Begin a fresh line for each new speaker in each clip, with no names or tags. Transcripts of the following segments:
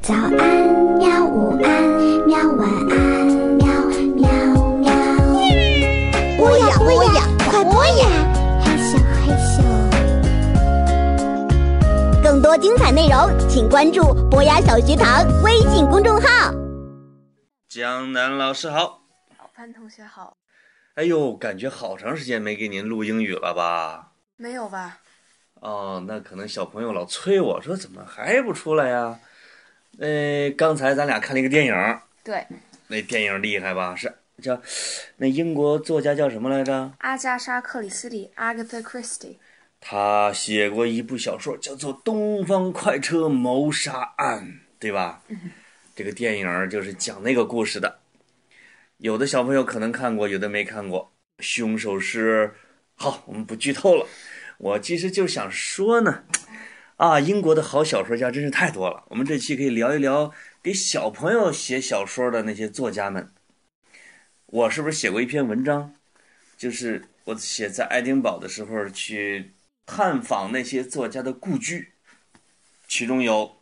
早安，喵！午安，喵！晚安，喵！喵喵。播呀播呀，快播呀！害羞害羞。
更多精彩内容，请关注博雅小学堂微信公众号。
江南老师好，
潘同学好，
哎呦，感觉好长时间没给您录英语了吧？
没有吧？
哦，那可能小朋友老催我说怎么还不出来呀？呃，刚才咱俩看了一个电影，
对，
那电影厉害吧？是叫那英国作家叫什么来着？
阿加莎·克里斯蒂 （Agatha Christie）。
他写过一部小说，叫做《东方快车谋杀案》，对吧？这个电影儿就是讲那个故事的。有的小朋友可能看过，有的没看过。凶手是……好，我们不剧透了。我其实就想说呢，啊，英国的好小说家真是太多了。我们这期可以聊一聊给小朋友写小说的那些作家们。我是不是写过一篇文章？就是我写在爱丁堡的时候去探访那些作家的故居，其中有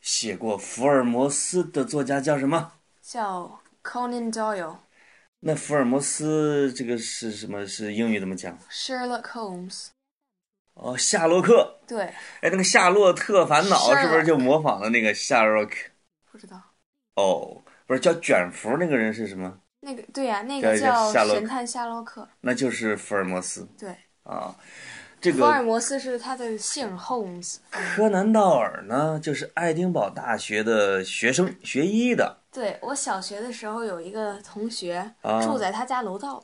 写过福尔摩斯的作家叫什么？
叫 Conan Doyle、
那福尔摩斯这个是什么？是英语怎么讲？
Sherlock Holmes。
哦，夏洛克。
对，
哎，那个《夏洛特烦恼》是不是就模仿了那个夏洛克？
不知道
哦，不是叫卷福那个人是什么？
那个，对呀、那个
叫
叫
夏洛克
神探夏洛克。
那就是福尔摩斯
对，
啊。这
福尔
个
摩斯是他的姓 Holmes。
柯南道尔呢，就是爱丁堡大学的学生，学医的。
对我小学的时候有一个同学
啊
住在他家楼道，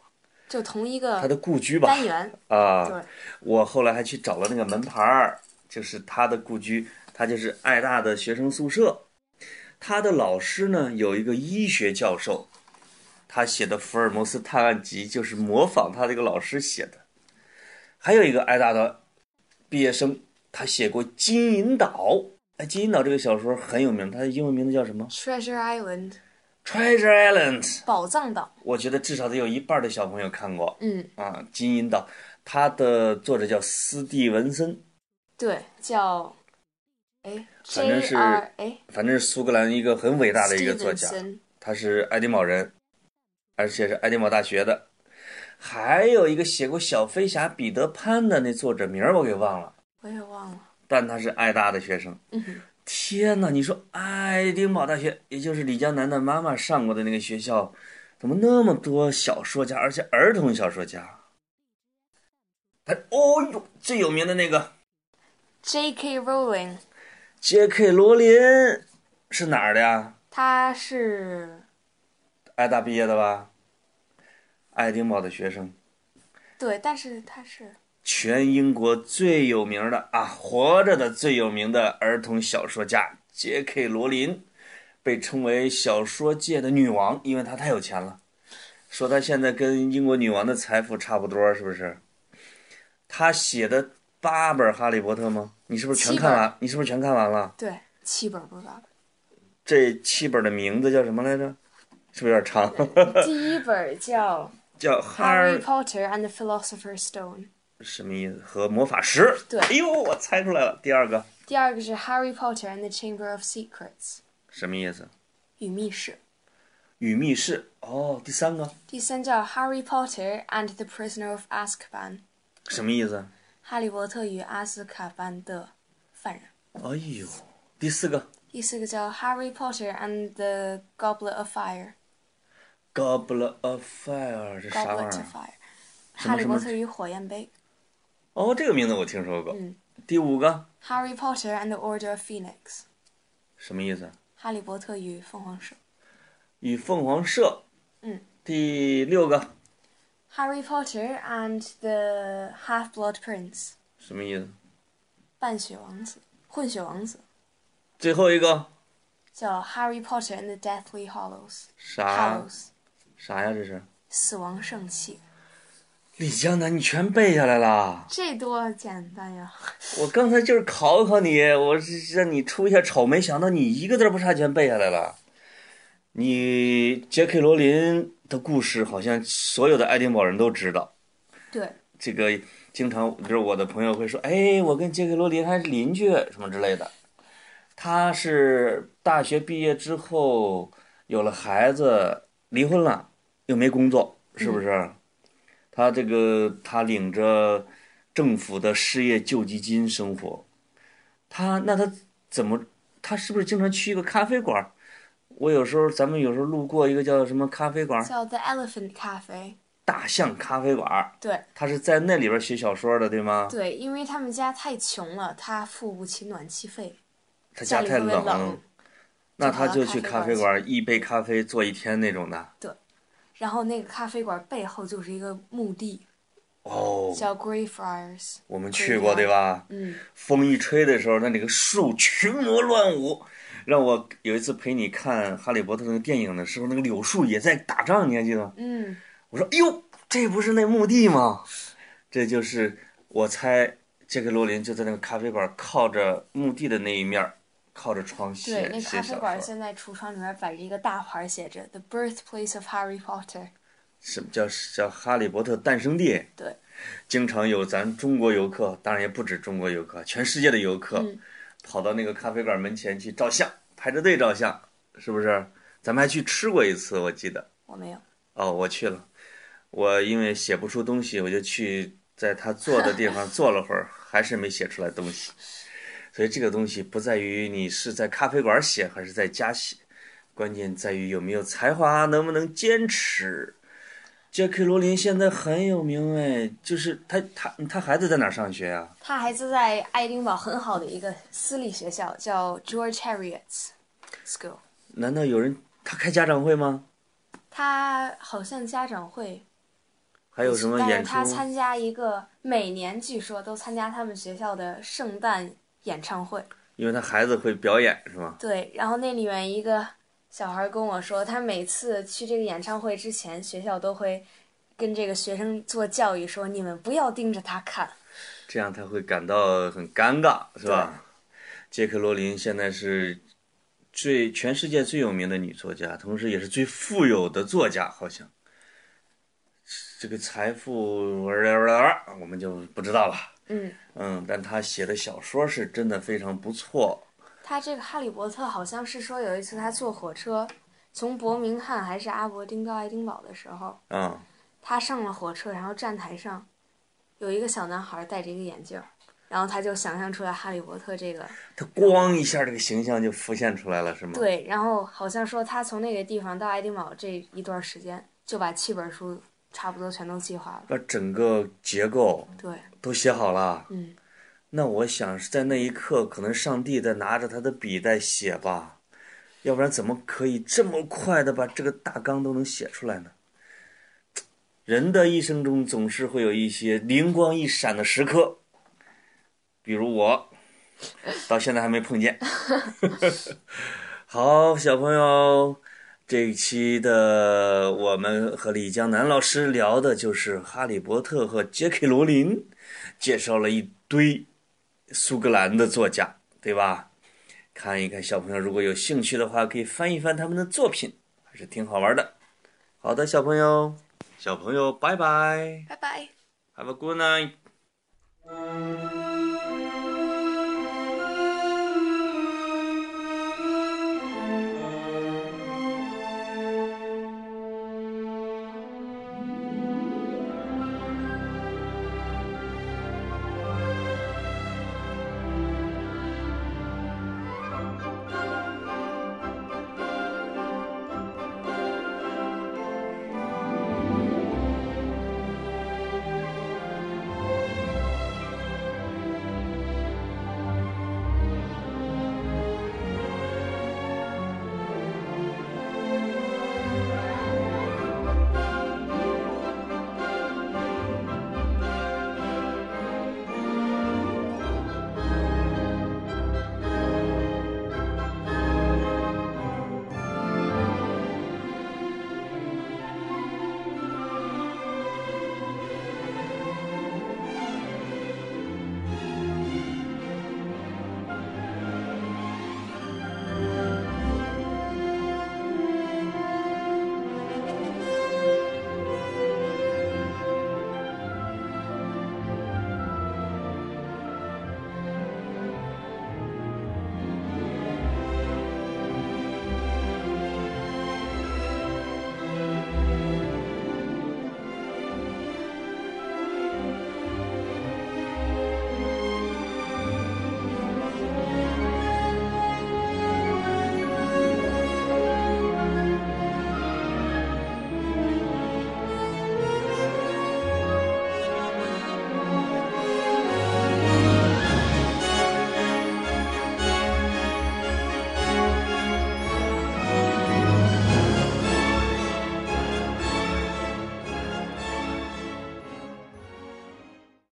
就同一个
他的故居吧。
嗯单元。
啊，
对，
我后来还去找了那个门牌儿，就是他的故居，他就是爱大的学生宿舍。他的老师呢有一个医学教授，他写的《福尔摩斯探案集》就是模仿他这个老师写的。还有一个爱大的毕业生，他写过《金银岛》。哎，《金银岛》这个小说很有名，它的英文名字叫什么
Treasure Island
？Treasure Island。
宝藏岛。
我觉得至少得有一半儿的小朋友看过。
嗯，
啊，《金银岛》，它的作者叫斯蒂文森，
对，叫哎
反正
J
是
R 哎
反正是苏格兰一个很伟大的一个作家，
Stevenson。
他是爱丁堡人，而且是爱丁堡大学的。还有一个写过《小飞侠彼得潘》的那作者名儿我给忘了，
我也忘了。
但他是爱大的学生。
嗯哼。
天呐，你说爱丁堡大学，也就是李江南的妈妈上过的那个学校，怎么那么多小说家，而且儿童小说家？他哦呦，最有名的那个
J.K. Rowling，
J.K. 罗琳是哪儿的呀？
她是
爱大毕业的吧？爱丁堡的学生，
对，但是她是
全英国最有名的啊，活着的最有名的儿童小说家 J.K. 罗琳，被称为小说界的女王，因为她太有钱了。说她现在跟英国女王的财富差不多，是不是？她写的八本《哈利波特》吗？你是不是全
七
看
本
完？你是不是全看完了？
对七本不是八
这七本的名字叫什么来着？是不是有点长？
本，第一本叫
叫
《
哈
Harry
尔
Potter and the Philosopher's Stone》，
什么意思？和魔法石。
对
哎呦，我猜出来了。第二个
第二个是《Harry Potter and the Chamber of Secrets》
什么意思？
与密室，
与密室。哦，第三个
第三叫《Harry Potter and the Prisoner of Azkaban》，
什么意思？
哈利波特与阿斯卡班的犯人。
哎呦，第四个
第四个叫《Harry Potter and the Goblet of Fire》
Goblet of Fire 这啥玩意儿
，Goblet of？Fire，
什么
哈利波
什
特
么
与火焰杯。
哦，这个名字我听说过。
嗯
第五个
Harry Potter and the Order of Phoenix，
什么意思？
哈利波特与凤凰社。
与凤凰社。
嗯。
第六个
Harry Potter and the Half Blood Prince，
什么意思？
半血王子，混血王子，
最后一个
叫 Harry Potter and the Deathly Hollows，Hollows，、
啥啥呀？这是
死亡圣器。
李江南，你全背下来了。
这多简单呀！
我刚才就是考考你，我是让你出一下丑，没想到你一个字儿不差全背下来了。你杰克罗琳的故事，好像所有的爱丁堡人都知道。
对，
这个经常，比如我的朋友会说：“哎，我跟杰克罗琳还是邻居什么之类的。”她是大学毕业之后有了孩子，离婚了，又没工作，是不是？她这个她领着政府的失业救济金生活，她那她怎么？她是不是经常去一个咖啡馆儿？我有时候咱们有时候路过一个叫什么咖啡馆儿，
叫 The Elephant Cafe。
大象咖啡馆儿，
对
她是在那里边儿写小说的，对吗？
对，因为他们家太穷了，他付不起暖气费，
她
家
家
里
太
特别
冷，
冷，
那她就去
就
咖
跑到咖
啡
啡
馆
馆
儿一杯咖啡坐一天那种的。
然后那个咖啡馆背后就是一个墓地，
哦，
叫 Greyfriars。
我们去过对吧？
嗯，
风一吹的时候，那里个树群魔乱舞。让我有一次陪你看《哈利波特》那个电影的时候，那个柳树也在打仗，你还记得吗？
嗯，
我说：“哎呦，这不是那墓地吗？”这就是我猜，杰克罗琳就在那个咖啡馆靠着墓地的那一面儿，靠着窗写
对，那
写
咖啡
小
馆
说。
现在橱窗里面摆着一个大牌，写着 The Birthplace of Harry Potter。
什么叫叫《哈利波特》诞生地？
对，
经常有咱中国游客，当然也不止中国游客，全世界的游客、
嗯
跑到那个咖啡馆门前去照相，排着队照相，是不是？咱们还去吃过一次，我记得。
我没有。
哦，我去了，我因为写不出东西，我就去在他坐的地方坐了会儿，还是没写出来东西。所以这个东西不在于你是在咖啡馆写还是在家写，关键在于有没有才华，能不能坚持。J.K. 罗琳现在很有名哎，就是他他他孩子在哪儿上学啊？
他孩子在爱丁堡很好的一个私立学校，叫 George Heriot's School。
难道有人他开家长会吗？
他好像家长会，
还有什么
但是
演出
他？参加一个每年据说都参加他们学校的圣诞演唱会。
因为他孩子会表演是吗？
对，然后那里面一个小孩跟我说，他每次去这个演唱会之前，学校都会跟这个学生做教育说，你们不要盯着他看。
这样他会感到很尴尬，是吧？杰克·罗琳现在是最全世界最有名的女作家，同时也是最富有的作家，好像这个财富，我们就不知道了。
嗯，
嗯，但她写的小说是真的非常不错。
他这个《哈利波特》好像是说有一次他坐火车从伯明翰还是阿伯丁到爱丁堡的时候，
嗯，
他上了火车，然后站台上有一个小男孩戴着一个眼镜儿，然后他就想象出来哈利波特这个
她咣一下，这个形象就浮现出来了，是吗？。
对，然后好像说他从那个地方到爱丁堡这一段时间就把七本书差不多全都计划了。
把整个结构
对，
都写好了。
嗯，
那我想是在那一刻，可能上帝在拿着他的笔在写吧，要不然怎么可以这么快的把这个大纲都能写出来呢？人的一生中总是会有一些灵光一闪的时刻，比如我，到现在还没碰见。好，小朋友，这一期的我们和李江南老师聊的就是《哈利波特》和杰克·罗琳，介绍了一堆苏格兰的作家，对吧？看一看小朋友如果有兴趣的话，可以翻一翻他们的作品，还是挺好玩的。好的，小朋友，小朋友，拜拜
拜拜。
，Have a good night。